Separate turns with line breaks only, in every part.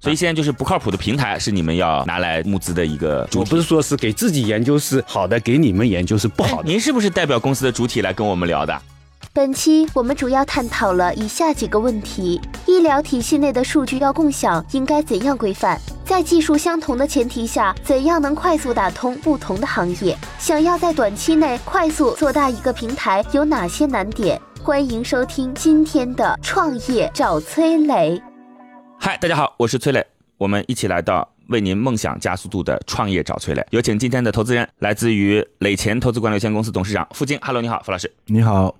所以现在就是不靠谱的平台是你们要拿来募资的一个主
我
体。
不是说是给自己研究是好的，给你们研究是不好的。
您是不是代表公司的主体来跟我们聊的？
本期我们主要探讨了以下几个问题：医疗体系内的数据要共享应该怎样规范？在技术相同的前提下，怎样能快速打通不同的行业？想要在短期内快速做大一个平台，有哪些难点？欢迎收听今天的创业找崔磊。
嗨，大家好，我是崔磊，我们一起来到为您梦想加速度的创业找崔磊。有请今天的投资人，来自于磊钱投资管理有限公司董事长付金。Hello，你好，付老师。哎
你好，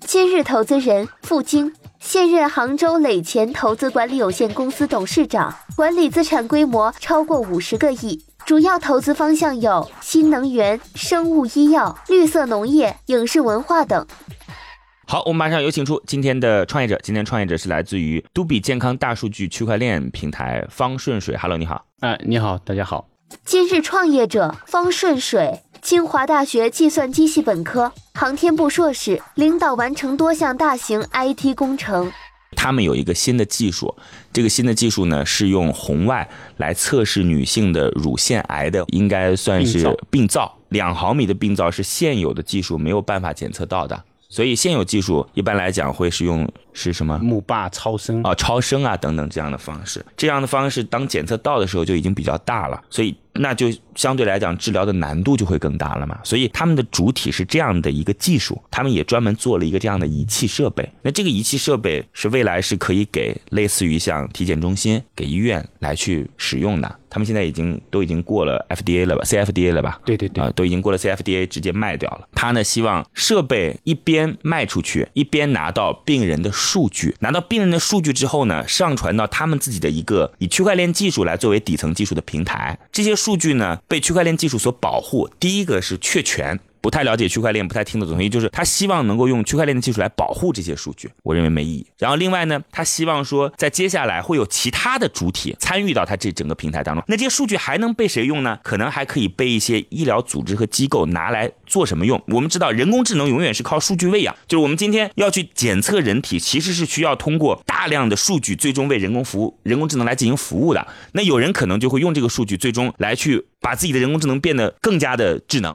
今日投资人付晶，现任杭州磊钱投资管理有限公司董事长，管理资产规模超过五十个亿，主要投资方向有新能源、生物医药、绿色农业、影视文化等。
好，我们马上有请出今天的创业者。今天创业者是来自于都比健康大数据区块链平台方顺水。Hello，你好。哎
啊、你好，大家好。
今日创业者方顺水，清华大学计算机系本科，航天部硕士，领导完成多项大型 IT 工程。
他们有一个新的技术，这个新的技术呢是用红外来测试女性的乳腺癌的，应该算是
病灶
病灶，两毫米的病灶是现有的技术没有办法检测到的，所以现有技术一般来讲会是用是什么？
木霸超声
啊、超声啊等等这样的方式，这样的方式当检测到的时候就已经比较大了，所以那就相对来讲治疗的难度就会更大了嘛。所以他们的主体是这样的一个技术，他们也专门做了一个这样的仪器设备。那这个仪器设备是未来是可以给类似于像体检中心、给医院来去使用的。他们现在已经都已经过了 FDA 了吧，CFDA 了吧？
对对对
啊、都已经过了 CFDA，直接卖掉了。他呢，希望设备一边卖出去，一边拿到病人的数据，拿到病人的数据之后呢，上传到他们自己的一个以区块链技术来作为底层技术的平台。这些数据呢，被区块链技术所保护。第一个是确权。不太了解区块链，不太听得懂，所以就是他希望能够用区块链的技术来保护这些数据，我认为没意义。然后另外呢，他希望说，在接下来会有其他的主体参与到他这整个平台当中，那这些数据还能被谁用呢？可能还可以被一些医疗组织和机构拿来做什么用？我们知道，人工智能永远是靠数据喂养，就是我们今天要去检测人体，其实是需要通过大量的数据，最终为人工服务、人工智能来进行服务的。那有人可能就会用这个数据，最终来去把自己的人工智能变得更加的智能。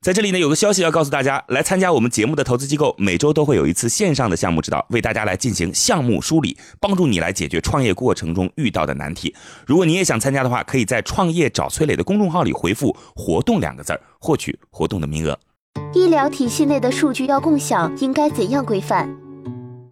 在这里呢，有个消息要告诉大家：来参加我们节目的投资机构，每周都会有一次线上的项目指导，为大家来进行项目梳理，帮助你来解决创业过程中遇到的难题。如果你也想参加的话，可以在“创业找崔磊”的公众号里回复“活动”两个字儿，获取活动的名额。
医疗体系内的数据要共享应该怎样规范？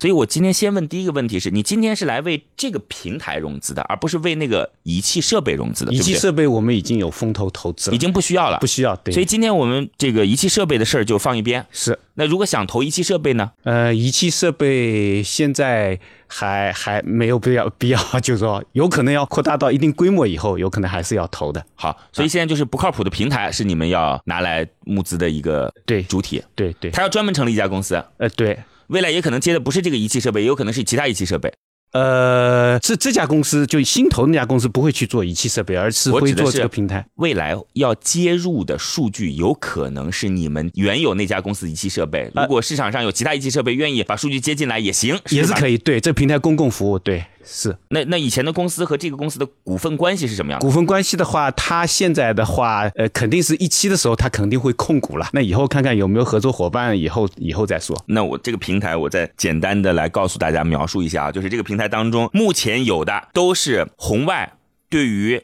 所以我今天先问第一个问题是：你今天是来为这个平台融资的，而不是为那个仪器设备融资的，
仪器
对不对
设备我们已经有风投投资了，
已经不需要了
不。需要对。
所以今天我们这个仪器设备的事儿就放一边。
是
那如果想投仪器设备呢？
呃，仪器设备现在还还没有必要必要，就是说有可能要扩大到一定规模以后，有可能还是要投的。
好，所以现在就是不靠谱的平台是你们要拿来募资的一个
对
主体，
对对，
它要专门成立一家公司，
呃对，
未来也可能接的不是这个仪器设备，也有可能是其他仪器设备。
呃，这这家公司就新投那家公司不会去做仪器设备，而是
我
会
指的
做
是
这个平台。
未来要接入的数据有可能是你们原有那家公司仪器设备，如果市场上有其他仪器设备愿意把数据接进来也行，
呃也是
吧
可以，对，这平台公共服务，对，是
那那以前的公司和这个公司的股份关系是什么样的？
股份关系的话，它现在的话，呃，肯定是一期的时候，它肯定会控股了。那以后看看有没有合作伙伴，以后以后再说。
那我这个平台，我再简单的来告诉大家描述一下啊，就是这个平台当中目前有的都是红外对于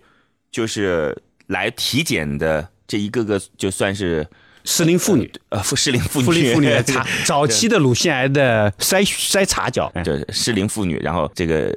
就是来体检的这一个个就算是
适龄妇女，
呃妇适龄妇女
适 龄 妇女的查早期的乳腺癌的筛筛查角，哎
对适龄妇女，然后这个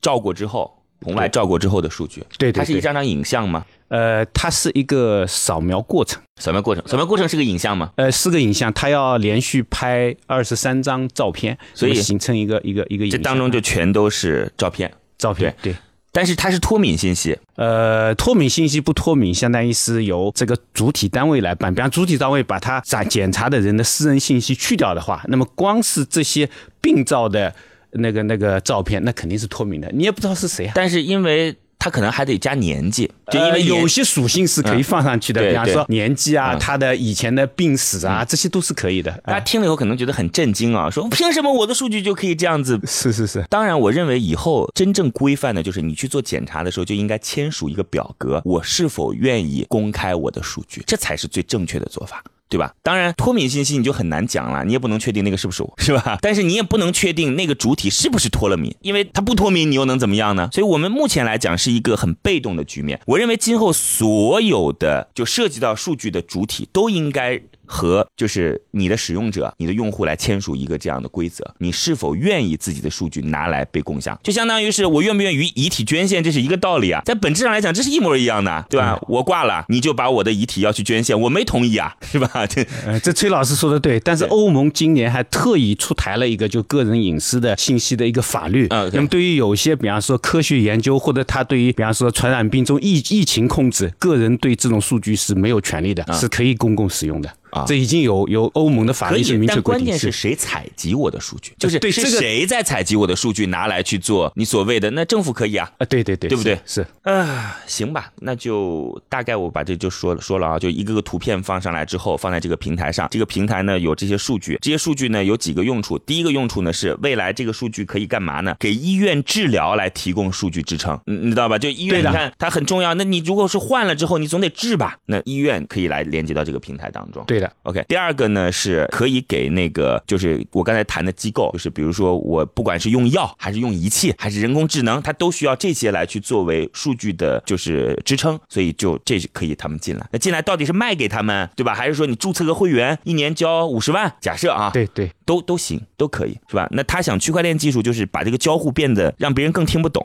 照过之后。红外照过之后的数据。
对对对
它是一张张影像吗？
呃，它是一个扫描过程，
扫描过程，扫描过程是个影像吗？
呃，四个影像，它要连续拍二十三张照片，
所以
那么形成一个一个一个影
这
像啊
当中就全都是照片，
照片对。
但是它是脱敏信息，
呃，脱敏信息不脱敏，相当于是由这个主体单位来办。比方主体单位把它查检查的人的私人信息去掉的话，那么光是这些病灶的那个那个照片，那肯定是脱敏的，你也不知道是谁啊。
但是因为它可能还得加年纪，就因
呃
为年
有些属性是可以放上去的，
嗯对
比方说年纪啊、
嗯
他的以前的病史啊，这些都是可以的。
大家
啊、
听了以后可能觉得很震惊啊，说凭什么我的数据就可以这样子？
是是是，
当然，我认为以后真正规范的就是你去做检查的时候就应该签署一个表格，我是否愿意公开我的数据，这才是最正确的做法。对吧？当然，脱敏信息你就很难讲了，你也不能确定那个是不是我，是吧？但是你也不能确定那个主体是不是脱了敏，因为他不脱敏，你又能怎么样呢？所以我们目前来讲是一个很被动的局面。我认为今后所有的就涉及到数据的主体都应该和就是你的使用者、你的用户来签署一个这样的规则，你是否愿意自己的数据拿来被共享？就相当于是我愿不愿意遗体捐献，这是一个道理啊。在本质上来讲，这是一模一样的，对吧？我挂了，你就把我的遗体要去捐献，我没同意啊， 是吧？这
呃，这崔老师说的对，但是
对
欧盟今年还特意出台了一个就个人隐私的信息的一个法律。
嗯对
那么对于有些，比方说科学研究，或者他对于比方说传染病中疫疫情控制，个人对这种数据是没有权利的，是可以公共使用的。
啊
这已经有有欧盟的法
可
律是
以，
明
但
确规
关
定
键是谁采集我的数据，就是
对
是
这个
谁在采集我的数据拿来去做你所谓的那政府可以啊，
啊，对对对，
对不对
是是
啊，行吧，那就大概我把这就说了说了啊，就一个个图片放上来之后，放在这个平台上，这个平台呢有这些数据，这些数据呢有几个用处。第一个用处呢是未来这个数据可以干嘛呢？给医院治疗来提供数据支撑，你你知道吧？就医院
对
你
的
看它很重要，那你如果是患了之后，你总得治吧？那医院可以来连接到这个平台当中。
对的。
OK，第二个呢是可以给那个，就是我刚才谈的机构，就是比如说我不管是用药还是用仪器还是人工智能，它都需要这些来去作为数据的，就是支撑，所以就这是可以他们进来。那进来到底是卖给他们，对吧？还是说你注册个会员，一年交五十万？假设啊，
对对，
都都行，都可以，是吧？那他想区块链技术就是把这个交互变得让别人更听不懂，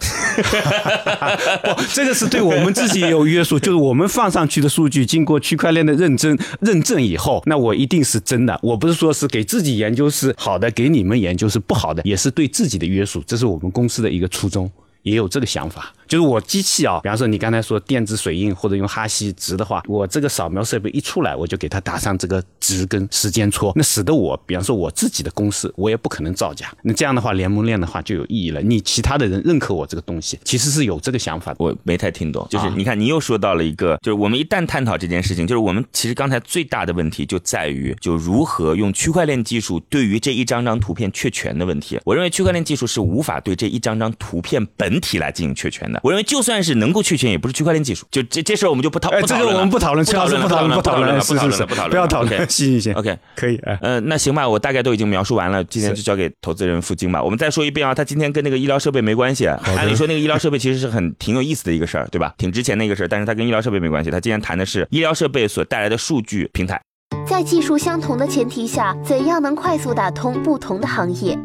不，这个是对我们自己也有约束， 就是我们放上去的数据经过区块链的认证认证以后，那我一定是真的。我不是说是给自己研究是好的，给你们研究是不好的，也是对自己的约束，这是我们公司的一个初衷。也有这个想法，就是我机器啊，比方说你刚才说电子水印或者用哈希值的话，我这个扫描设备一出来，我就给它打上这个值跟时间戳，那使得我，比方说我自己的公式，我也不可能造假。那这样的话，联盟链的话就有意义了。你其他的人认可我这个东西，其实是有这个想法的。
我没太听懂，就是你看，你又说到了一个，就是我们一旦探讨这件事情，就是我们其实刚才最大的问题就在于，就如何用区块链技术对于这一张张图片确权的问题。我认为区块链技术是无法对这一张张图片本体来进行确权的。我认为就算是能够确权，也不是区块链技术。就这这事儿我们就不讨，
哎，
不
这
讨
个
论
我
了
们不讨论，崔老师
不
讨论，
不
不讨
论
论，
了，
是是是，
不讨论了，
不要讨论，
OK
行行行
OK，
可以，哎，
呃，那行吧，我大概都已经描述完了，今天就
是
交给投资人付晶吧。我们再说一遍啊，他今天跟那个医疗设备没关系。按理说那个医疗设备其实是很挺有意思的一个事儿，对吧？挺值钱的一个事儿，但是它跟医疗设备没关系。他今天谈的是医疗设备所带来的数据平台。
在技术相同的前提下，怎样能快速打通不同的行业？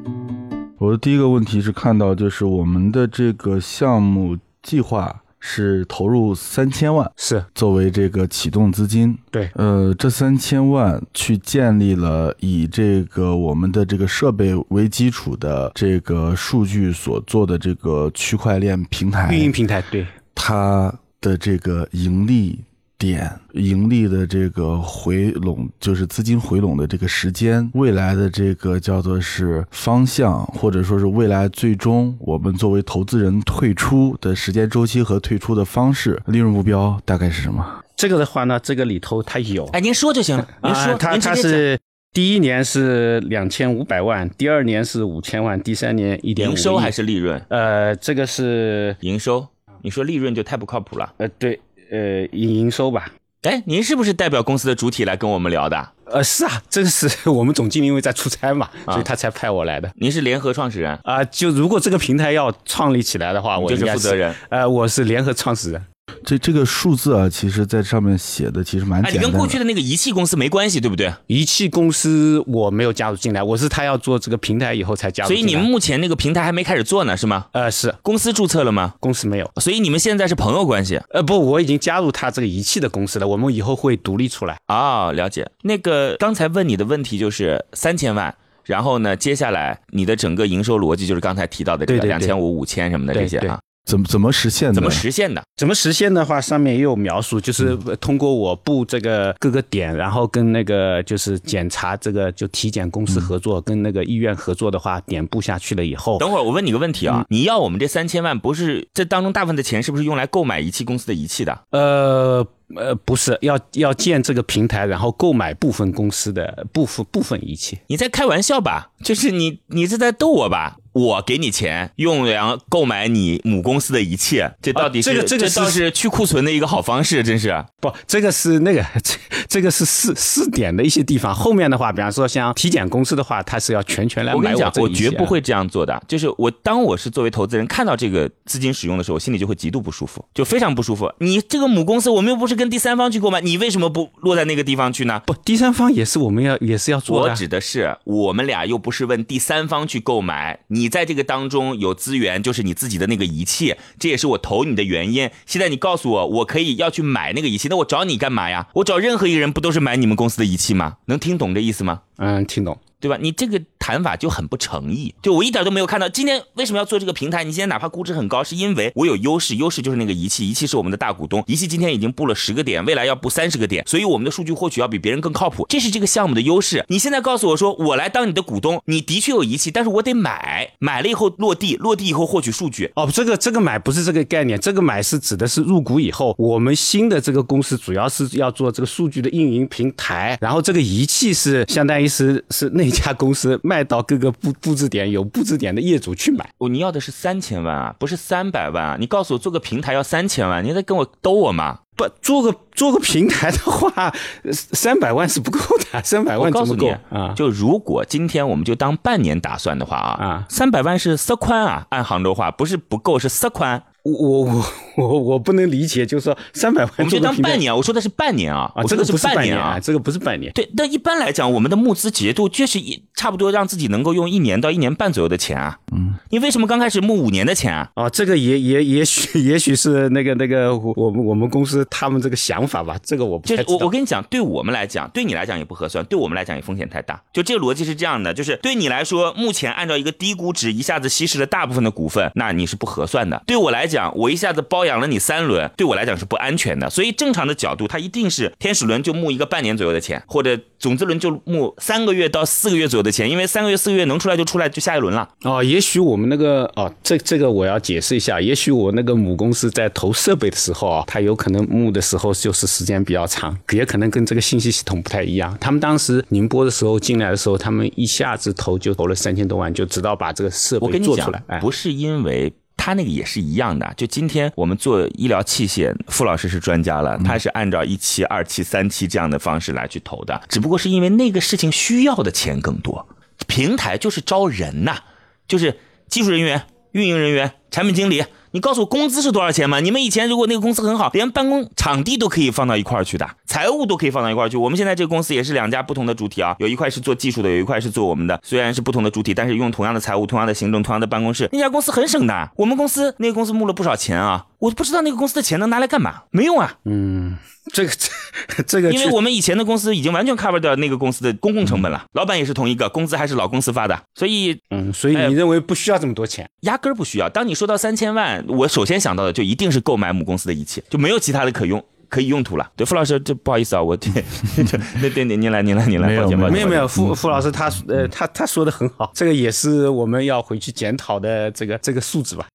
我的第一个问题是看到，就是我们的这个项目计划是投入三千万
是
作为这个启动资金。
对
呃，这三千万去建立了以这个我们的这个设备为基础的这个数据所做的这个区块链平台
运营平台，对，
它的这个盈利点、盈利的这个回笼，就是资金回笼的这个时间，未来的这个叫做是方向，或者说是未来最终我们作为投资人退出的时间周期和退出的方式，利润目标大概是什么？
这个的话呢，这个里头它有，
哎，您说就行了，您说，
啊、它
您直
它
接
是第一年是两千五百万，第二年是五千万，第三年一
讲
点五
营收还是利润？
呃，这个是
营收，你说利润就太不靠谱了。
呃对呃营营收吧。
哎，您是不是代表公司的主体来跟我们聊的？
呃，是啊，这个是 我们总经理因为在出差嘛，
啊
所以他才派我来的。
您是联合创始人，
啊、就如果这个平台要创立起来的话，我
你就是
应该
负责人。
呃，我是联合创始人。
这这个数字啊，其实在上面写的其实蛮
哎，你
简单
跟
的。
过去的那个仪器公司没关系，对不对？
仪器公司我没有加入进来，我是他要做这个平台以后才加入
所以
进来。
你们目前那个平台还没开始做呢，是吗？
呃是
公司注册了吗？
公司没有，
所以你们现在是朋友关系
呃不，我已经加入他这个仪器的公司了，我们以后会独立出来。
啊、了解。那个刚才问你的问题就是三千万，然后呢，接下来你的整个营收逻辑就是刚才提到的这个
对
两
对对
千五、五千什么的
对
这些
对
啊，
怎么怎么实现的？
怎么实现的？
怎么实现的话，上面也有描述，就是
嗯
呃通过我布这个各个点，然后跟那个就是检查这个就体检公司合作，跟那个医院合作的话，点布下去了以后，
等会儿我问你个问题
嗯
啊，你要我们这三千万，不是这当中大部分的钱是不是用来购买仪器公司的仪器的？
呃呃，不是要要建这个平台，然后购买部分公司的部分部分仪器。
你在开玩笑吧？就是你你是在逗我吧？我给你钱用来购买你母公司的仪器，这到底是、
啊这个这个
倒是去库存的一个好方式，真是。
不，这个是那个， 这这个是试试点的一些地方。后面的话，比方说像体检公司的话，它是要全权来买
我跟你讲，
这
我
个仪器
绝
啊
不会这样做的。就是我当我是作为投资人看到这个资金使用的时候，我心里就会极度不舒服，就非常不舒服。你这个母公司，我们又不是跟第三方去购买，你为什么不落在那个地方去呢？
不，第三方也是我们要也是要做
我
的啊。
指的是我们俩又不是问第三方去购买，你在这个当中有资源，就是你自己的那个仪器，这也是我投你的原因。现在你告诉我，我可以要去买那个仪器，那我找你干嘛呀？我找任何一个人不都是买你们公司的仪器吗？能听懂这意思吗？
嗯，听懂。
对吧？你这个谈法就很不诚意，就我一点都没有看到。今天为什么要做这个平台？你今天哪怕估值很高，是因为我有优势，优势就是那个仪器，仪器是我们的大股东，仪器今天已经布了十个点，未来要布三十个点，所以我们的数据获取要比别人更靠谱，这是这个项目的优势。你现在告诉我说，我来当你的股东，你的确有仪器，但是我得买，买了以后落地，落地以后获取数据。
哦，这个这个买不是这个概念，这个买是指的是入股以后，我们新的这个公司主要是要做这个数据的运营平台，然后这个仪器是相当于是是那家公司卖到各个布布置点，有布置点的业主去买。
哦，你要的是三千万啊，不是三百万啊！你告诉我做个平台要三千万，你在跟我逗我吗？
不做个做个平台的话，三百万是不够的，三百
我
万
告
怎
诉
么
你
够啊？
就如果今天我们就当半年打算的话啊，
啊
三百万是色宽啊，按杭州话不是不够是色宽，
我我我我我不能理解，就是说三百万
我们就
做个
当
平台
半年，我说的是半年啊，
啊，
我
这
说
个
的
不是
半
年
啊。
这个不是半年。
对，但一般来讲，我们的募资节度就是一差不多让自己能够用一年到一年半左右的钱啊。嗯，你为什么刚开始募五年的钱啊？
哦，这个也也也许 也许是那个那个我我们我们公司他们这个想法吧，这个我不
就
太
是
知
我
道。
我跟你讲，对我们来讲，对你来讲也不合算，对我们来讲也风险太大。就这个逻辑是这样的，就是对你来说，目前按照一个低估值一下子稀释了大部分的股份，那你是不合算的。对我来讲，我一下子包养了你三轮，对我来讲是不安全的。所以正常的角度，它一定是天使轮就募一个半年左右的钱，或者种子轮就募三个月到四个月左右的钱，因为三个月四个月能出来就出来，就下一轮了。
哦，也许我们那个哦，这这个我要解释一下，也许我那个母公司在投设备的时候啊，它有可能募的时候就是时间比较长，也可能跟这个信息系统不太一样。他们当时宁波的时候进来的时候，他们一下子投就投了三千多万，就直到把这个设
我
备
跟你
做
讲
出来。哎，
不是因为。他那个也是一样的，就今天我们做医疗器械，傅老师是专家了，
嗯
他是按照一期、二期、三期这样的方式来去投的，只不过是因为那个事情需要的钱更多，平台就是招人呐、就是技术人员、运营人员、产品经理，你告诉我工资是多少钱吗？你们以前如果那个公司很好，连办公场地都可以放到一块儿去的，财务都可以放到一块儿去。我们现在这个公司也是两家不同的主体啊，有一块是做技术的，有一块是做我们的，虽然是不同的主体，但是用同样的财务、同样的行政、同样的办公室，那家公司很省的。我们公司那个公司募了不少钱啊，我都不知道那个公司的钱能拿来干嘛，没用啊，
这个这这个
因为
确
我们以前的公司已经完全 cover 掉那个公司的公共成本了，老板也是同一个，工资还是老公司发的，所以
嗯，所以
哎
你认为不需要这么多钱？
压根儿不需要。当你说到三千万，我首先想到的就一定是购买母公司的仪器，就没有其他的可用可以用途了。对，傅老师，这不好意思啊，我这这那对您您来您来您来，
没有
抱歉抱歉，
没有没
有。
有，傅傅老师他呃他他说的很好，嗯这个也是我们要回去检讨的这个这个素质吧。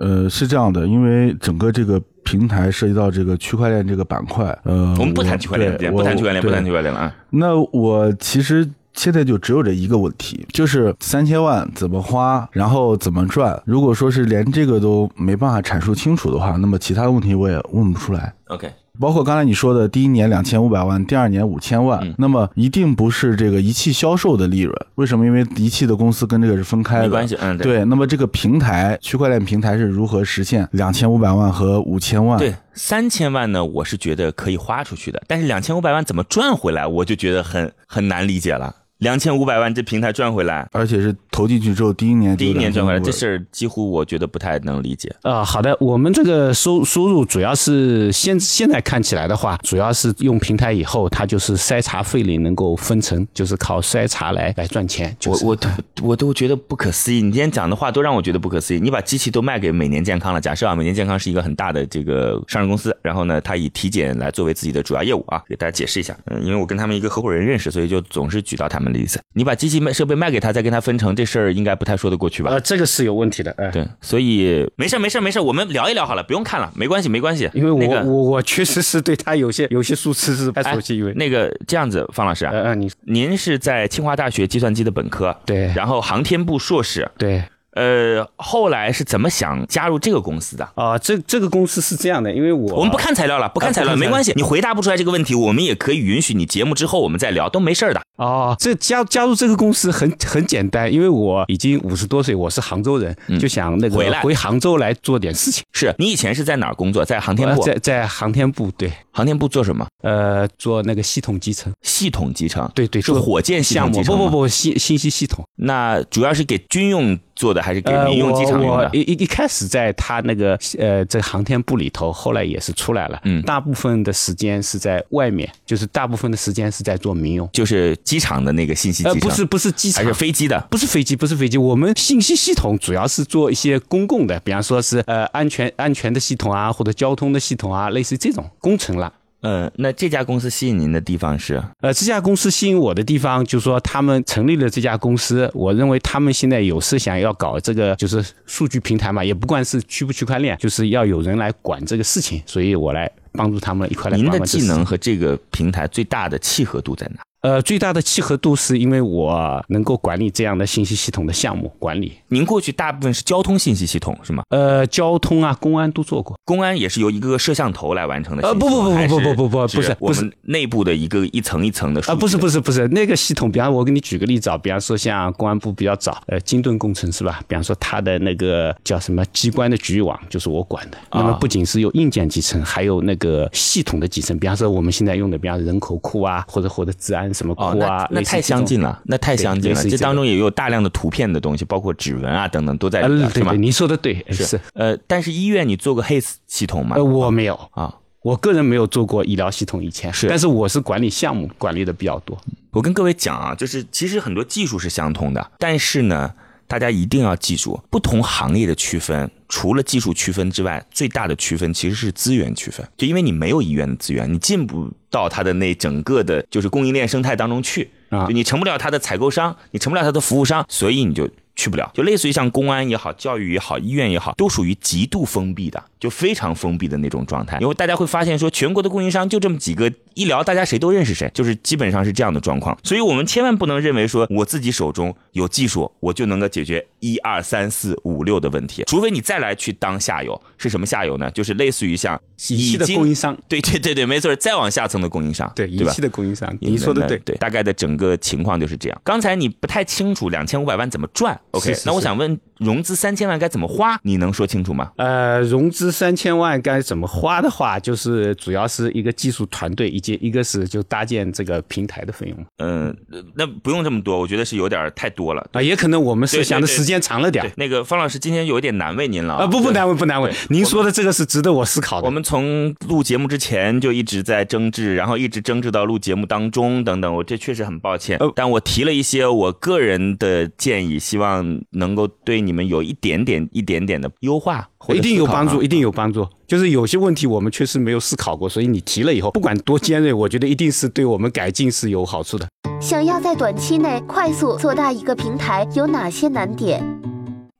呃，是这样的，因为整个这个平台涉及到这个区块链这个板块，呃，
我们不谈区块链，
对
不谈区块链，
我
不谈
对
区块链了啊！
那我其实现在就只有这一个问题，就是三千万怎么花，然后怎么赚。如果说是连这个都没办法阐述清楚的话，那么其他问题我也问不出来。
OK，
包括刚才你说的，第一年两千五百万，第二年五千万，
嗯
那么一定不是这个仪器销售的利润。为什么？因为仪器的公司跟这个是分开的，
没关系嗯对
对。那么这个平台，区块链平台是如何实现两千五百万和五千万？
对，三千万呢，我是觉得可以花出去的，但是两千五百万怎么赚回来，我就觉得很很难理解了。两千五百万这平台赚回来，
而且是投进去之后第一年就
第一年赚回来，
2500
这事儿几乎我觉得不太能理解。
呃，好的，我们这个收收入主要是现现在看起来的话，主要是用平台以后，它就是筛查费里能够分成，就是靠筛查来来赚钱。就是、
我我都我都觉得不可思议，你今天讲的话都让我觉得不可思议。你把机器都卖给每年健康了，假设啊，每年健康是一个很大的这个上市公司，然后呢，它以体检来作为自己的主要业务啊，给大家解释一下。嗯，因为我跟他们一个合伙人认识，所以就总是举到他们的例子。你把机器卖设备卖给他，再跟他分成，这事儿应该不太说得过去吧？
呃，这个是有问题的，哎、
对，所以没事儿没事儿没事儿，我们聊一聊好了，不用看了，没关系没关系。
因为我、
那个哎
我我确实是对它有些有些数字是不太熟悉，因为、
那个这样子，方老师啊，
呃呃你
您是在清华大学计算机的本科，
对
然后航天部硕士，
对。
呃，后来是怎么想加入这个公司的？
啊、这这个公司是这样的，因为我
我们不看材料了，不看材料
啊不看材
没
料
关系。你回答不出来这个问题，我们也可以允许你节目之后我们再聊，都没事儿的。
哦，这加加入这个公司很很简单，因为我已经五十多岁，我是杭州人，就想那个
回来
回杭州来做点事情。
是你以前是在哪儿工作？在航天
呃
部，啊
在在航天部对，
航天部做什么？
呃，做那个系统集成，
系统集成，
对对
是
做
火箭系
项
统
目
集成
不不
吗，
不，信信息系统，
那主要是给军用做的还是给
呃，
民用机场用
我
的
我？一一一开始在他那个呃这航天部里头，后来也是出来了，
嗯
大部分的时间是在外面，就是大部分的时间是在做民用，
就是机场的那个信息集
呃，
成，
不是不是机
还
场
是。飞机的？
不是飞机，不是飞机，我们信息系统主要是做一些公共的，比方说是呃安全安全的系统啊，或者交通的系统啊，类似于这种工程啦。
嗯，那这家公司吸引您的地方是？
呃，这家公司吸引我的地方，就是说他们成立了这家公司，我认为他们现在有是想要搞这个就是数据平台嘛，也不管是区不区块链，就是要有人来管这个事情，所以我来帮助他们一块来管
您的
管这
技
事
能和这个平台最大的契合度在哪？
呃，最大的契合度是因为我能够管理这样的信息系统的项目管理，
您过去大部分是交通信息系统是吗？
呃，交通啊、公安都做过。
公安也是由一个摄像头来完成的信
呃
息吗。
不不不
还
不不不不不
是
是
我
不是
们内部的一个一层一层的数
啊，不是
据的
不是不是，那个系统，比方我给你举个例子啊，比方说像公安部比较早，呃，金盾工程是吧？比方说它的那个叫什么机关的局域网，就是我管的。
啊
那么不仅是有硬件集成，还有那个系统的集成，比方说我们现在用的，比方人口库啊，或者或者治安什么库
哦，
啊，
那那
类似
太
于这种
相近。了，那太相近
类
了。
似于
这
这
当
种
中也有大量的图片的东西，包括指纹啊等等都在里
呃，
边，是
对
吗
对，？你说的对，是。
呃，但是医院你做过 HIS E 系统吗
呃，？我没有，
啊，
我个人没有做过医疗系统，以前
是
但是我是管理项目管理的比较多。
我跟各位讲啊，就是其实很多技术是相通的，但是呢，大家一定要记住，不同行业的区分，除了技术区分之外，最大的区分其实是资源区分。就因为你没有医院的资源，你进不到它的那整个的，就是供应链生态当中去
啊
就你成不了它的采购商，你成不了它的服务商，所以你就。去不了，就类似于像公安也好、教育也好、医院也好，都属于极度封闭的，就非常封闭的那种状态。因为大家会发现说，全国的供应商就这么几个，医疗大家谁都认识谁，就是基本上是这样的状况。所以我们千万不能认为说，我自己手中有技术，我就能够解决一二三四五六的问题，除非你再来去当下游，是什么下游呢？就是类似于像
仪器的
已经
供应商，
对对对对，没错，再往下层的供应商，
对
对
仪
吧
器？的供应商，
那
你说的
那
对。
对，大概的整个情况就是这样。刚才你不太清楚两千五百万怎么赚，OK？
是是
那我
是
想问，融资三千万该怎么花？你能说清楚吗？
呃，融资三千万该怎么花的话，就是主要是一个技术团队，以及一个是就搭建这个平台的费用嘛
嗯，呃那不用这么多，我觉得是有点儿太多了。
啊，也可能我们
对
是
对
想的
对
时间长了点
对
儿，
那个方老师今天有一点难为您了
啊，不不
对
难为不难为，您说的这个是值得我思考的。
我们从录节目之前就一直在争执，然后一直争执到录节目当中等等，我这确实很抱歉
呃。
但我提了一些我个人的建议，希望能够对你们有一点点、一点点的优化，或者
一定有
思考啊
帮助，一定有帮助。就是有些问题我们确实没有思考过，所以你提了以后，不管多尖锐，我觉得一定是对我们改进是有好处的。
想要在短期内快速做大一个平台，有哪些难点？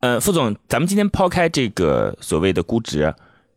呃，副总，咱们今天抛开这个所谓的估值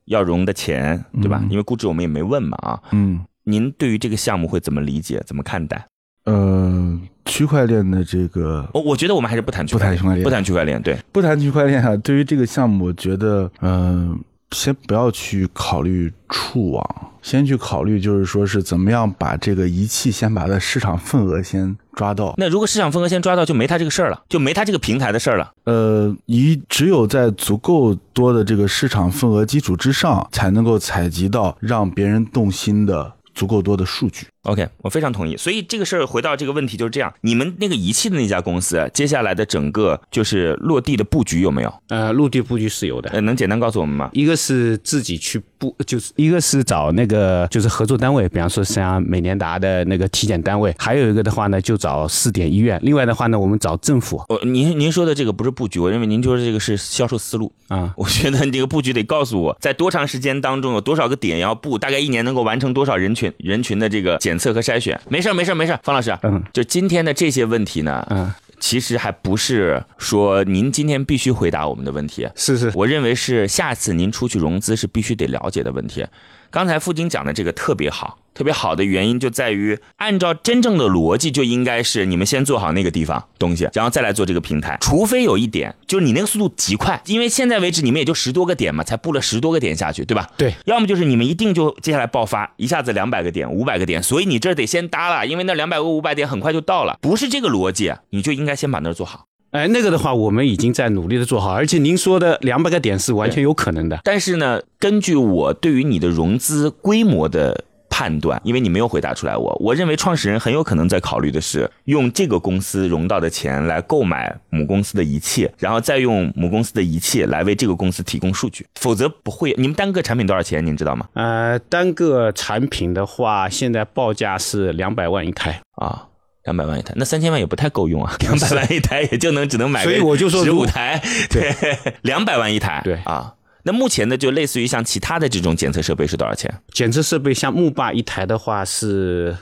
要融的钱，对吧？
嗯
因为估值我们也没问嘛啊。
嗯，
您对于这个项目会怎么理解、怎么看待？
呃，区块链的这个
我我觉得我们还是不谈区
不谈区块链
不谈区块链，对，
不谈区块链啊，对于这个项目，我觉得，嗯、先不要去考虑触网，先去考虑就是说是怎么样把这个仪器先把它市场份额先抓到。
那如果市场份额先抓到，就没他这个事儿了，就没他这个平台的事儿了。
呃，一只有在足够多的这个市场份额基础之上，才能够采集到让别人动心的足够多的数据。
OK，我非常同意。所以这个事儿回到这个问题就是这样：你们那个仪器的那家公司，接下来的整个就是落地的布局有没有？
呃，陆地布局是有的，
呃，能简单告诉我们吗？
一个是自己去布，就是一个是找那个就是合作单位，比方说像美年达的那个体检单位，还有一个的话呢，就找试点医院。另外的话呢，我们找政府
我、您您说的这个不是布局，我认为您说的这个是销售思路。
啊。
我觉得你这个布局得告诉我，在多长时间当中有多少个点要布，大概一年能够完成多少人群人群的这个检测和筛选。没事儿，没事儿，没事儿，方老师，
嗯，
就今天的这些问题呢，
嗯，
其实还不是说您今天必须回答我们的问题，
是是，
我认为是下次您出去融资是必须得了解的问题。刚才付金讲的这个特别好，特别好的原因就在于，按照真正的逻辑，就应该是你们先做好那个地方东西，然后再来做这个平台。除非有一点，就是你那个速度极快，因为现在为止你们也就十多个点嘛，才布了十多个点下去，对吧？
对，
要么就是你们一定就接下来爆发，一下子两百个点、五百个点，所以你这儿得先搭了，因为那两百个、五百点很快就到了，不是这个逻辑，啊你就应该先把那儿做好。
哎，那个的话，我们已经在努力的做好，而且您说的两百个点是完全有可能的。
但是呢，根据我对于你的融资规模的判断，因为你没有回答出来我，我认为创始人很有可能在考虑的是用这个公司融到的钱来购买母公司的仪器，然后再用母公司的仪器来为这个公司提供数据，否则不会。你们单个产品多少钱？您知道吗？
呃，单个产品的话，现在报价是两百万一台，
啊。两百万一台，那三千万也不太够用啊！两百万一台也就能只能买，
所以我就说
十
如
五
果
台，对，两百万一台，
对
啊。那目前的就类似于像其他的这种检测设备是多少钱？
检测设备像木霸一台的话是，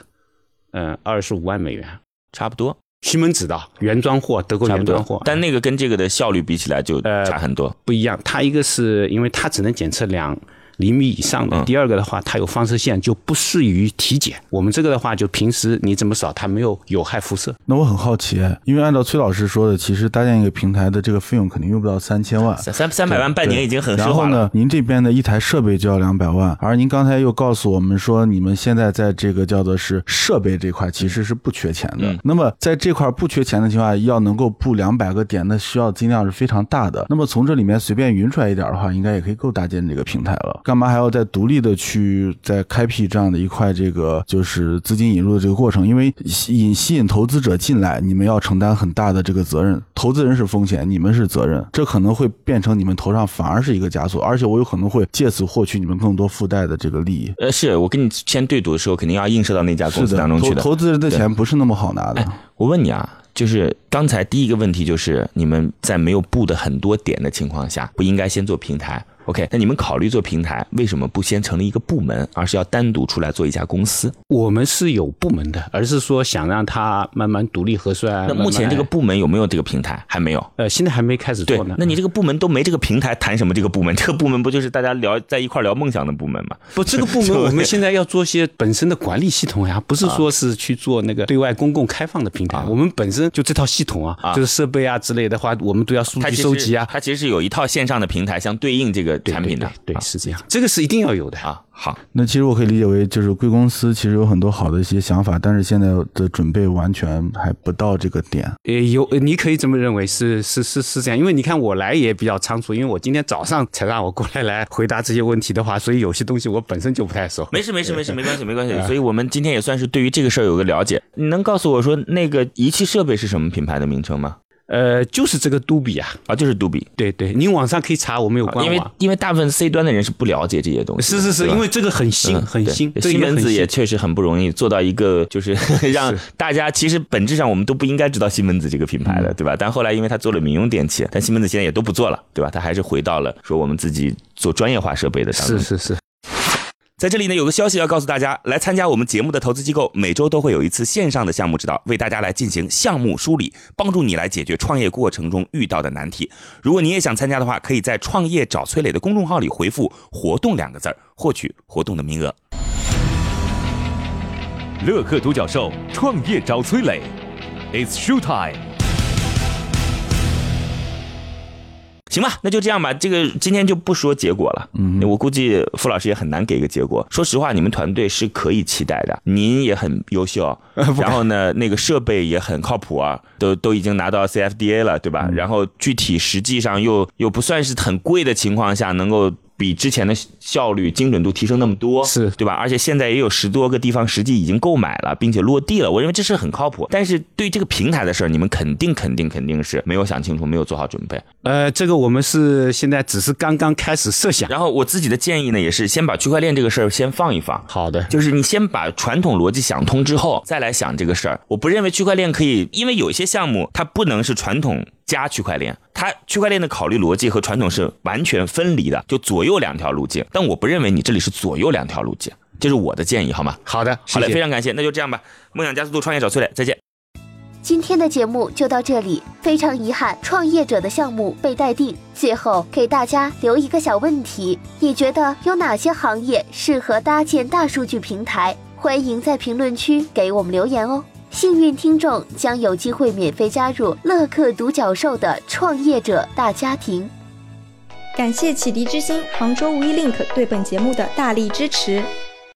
嗯、呃，二十五万美元。
差不多，
西门子的原装货，德国
差不
原
多
装货，
但那个跟这个的效率比起来就
呃
差很多。
不一样。它一个是因为它只能检测两厘米以上的，
嗯
第二个的话，它有放射线，就不适于体检。我们这个的话，就平时你怎么扫，它没有有害辐射。
那我很好奇，因为按照崔老师说的，其实搭建一个平台的这个费用肯定用不到三千万，
三三三百万半年已经很
然
奢
后
华了。
呢，您这边的一台设备就要两百万，而您刚才又告诉我们说，你们现在在这个叫做是设备这块其实是不缺钱的。
嗯
那么在这块不缺钱的情况下，要能够布两百个点，那需要金量是非常大的。那么从这里面随便匀出来一点的话，应该也可以够搭建这个平台了。干嘛还要再独立的去再开辟这样的一块这个就是资金引入的这个过程？因为吸引吸引投资者进来，你们要承担很大的这个责任。投资人是风险，你们是责任，这可能会变成你们头上反而是一个枷锁，而且我有可能会借此获取你们更多附带的这个利益。
呃，是我跟你签对赌的时候，肯定要映射到那啊家公
是
司
的，
当中去
投
的。
投资人的钱不是那么好拿的。
我问你啊，就是刚才第一个问题就是你们在没有布的很多点的情况下，不应该先做平台。OK，那你们考虑做平台，为什么不先成立一个部门，而是要单独出来做一家公司？
我们是有部门的，而是说想让它慢慢独立核算。
那目前
慢慢
这个部门有没有这个平台？还没有。
呃，现在还没开始
对
做呢，。
那你这个部门都没这个平台，谈什么这个部门？这个部门不就是大家聊在一块儿聊梦想的部门吗？
不，这个部门
就
我们现在要做些本身的管理系 统呀，不是
啊
说是去做那个对外公共开放的平台。我们本身就这套系统啊，
啊
就是设备啊之类的话，我们都要数
它其
据
实
收集啊。
它其实是有一套线上的平台相对应这个
对
产品的，
对对
啊
对，是这样，这个是一定要有的。
啊， 好，
那其实我可以理解为，就是贵公司其实有很多好的一些想法，但是现在的准备完全还不到这个点。
呃，有，呃你可以这么认为，是是是是这样，因为你看我来也比较仓促，因为我今天早上才让我过来来回答这些问题的话，所以有些东西我本身就不太熟。
没事没事没事，没关系没关 系。所以我们今天也算是对于这个事儿有个了解。你能告诉我说那个仪器设备是什么品牌的名称吗？
呃，就是这个杜比啊，
啊，就是杜比，
对对，您网上可以查，我们有官
啊因为
网。
因为大部分 C 端的人是不了解这些东西的，
是是是，
对吧
因为这个很新，
嗯
很
对
新，这
西
个
门
很
子
新
也确实很不容易做到一个，就是 让大家其实本质上我们都不应该知道西门子这个品
嗯
牌的，对吧？但后来因为他做了民用电器，但西门子现在也都不做了，对吧？他还是回到了说我们自己做专业化设备的当中
是。是是，
在这里呢，有个消息要告诉大家：来参加我们节目的投资机构，每周都会有一次线上的项目指导，为大家来进行项目梳理，帮助你来解决创业过程中遇到的难题。如果你也想参加的话，可以在“创业找崔磊”的公众号里回复“活动”两个字儿，获取活动的名额。
乐客独角兽创业找崔磊，It's show time。
行吧，那就这样吧。这个今天就不说结果了，嗯，我估计傅老师也很难给一个结果。说实话，你们团队是可以期待的，您也很优秀，然后呢，那个设备也很靠谱啊，都都已经拿到 CFDA 了，对吧？然后具体实际上又又不算是很贵的情况下，能够。比之前的效率、精准度提升那么多，
是
对吧？而且现在也有十多个地方实际已经购买了，并且落地了，我认为这是很靠谱。但是对这个平台的事儿，你们肯定、肯定、肯定是没有想清楚，没有做好准备。
呃，这个我们是现在只是刚刚开始设想。
然后我自己的建议呢，也是先把区块链这个事儿先放一放，
好的，
就是你先把传统逻辑想通之后，再来想这个事儿。我不认为区块链可以，因为有一些项目它不能是传统加区块链，它区块链的考虑逻辑和传统是完全分离的，就左右两条路径。但我不认为你这里是左右两条路径，这是我的建议，好吗？
好的，
好嘞，
谢谢
非常感谢，那就这样吧。梦想加速度，创业找崔磊，再见。
今天的节目就到这里，非常遗憾，创业者的项目被待定。最后给大家留一个小问题：你觉得有哪些行业适合搭建大数据平台？欢迎在评论区给我们留言哦。幸运听众将有机会免费加入乐客独角兽的创业者大家庭。
感谢启迪之星、杭州无一 link 对本节目的大力支持。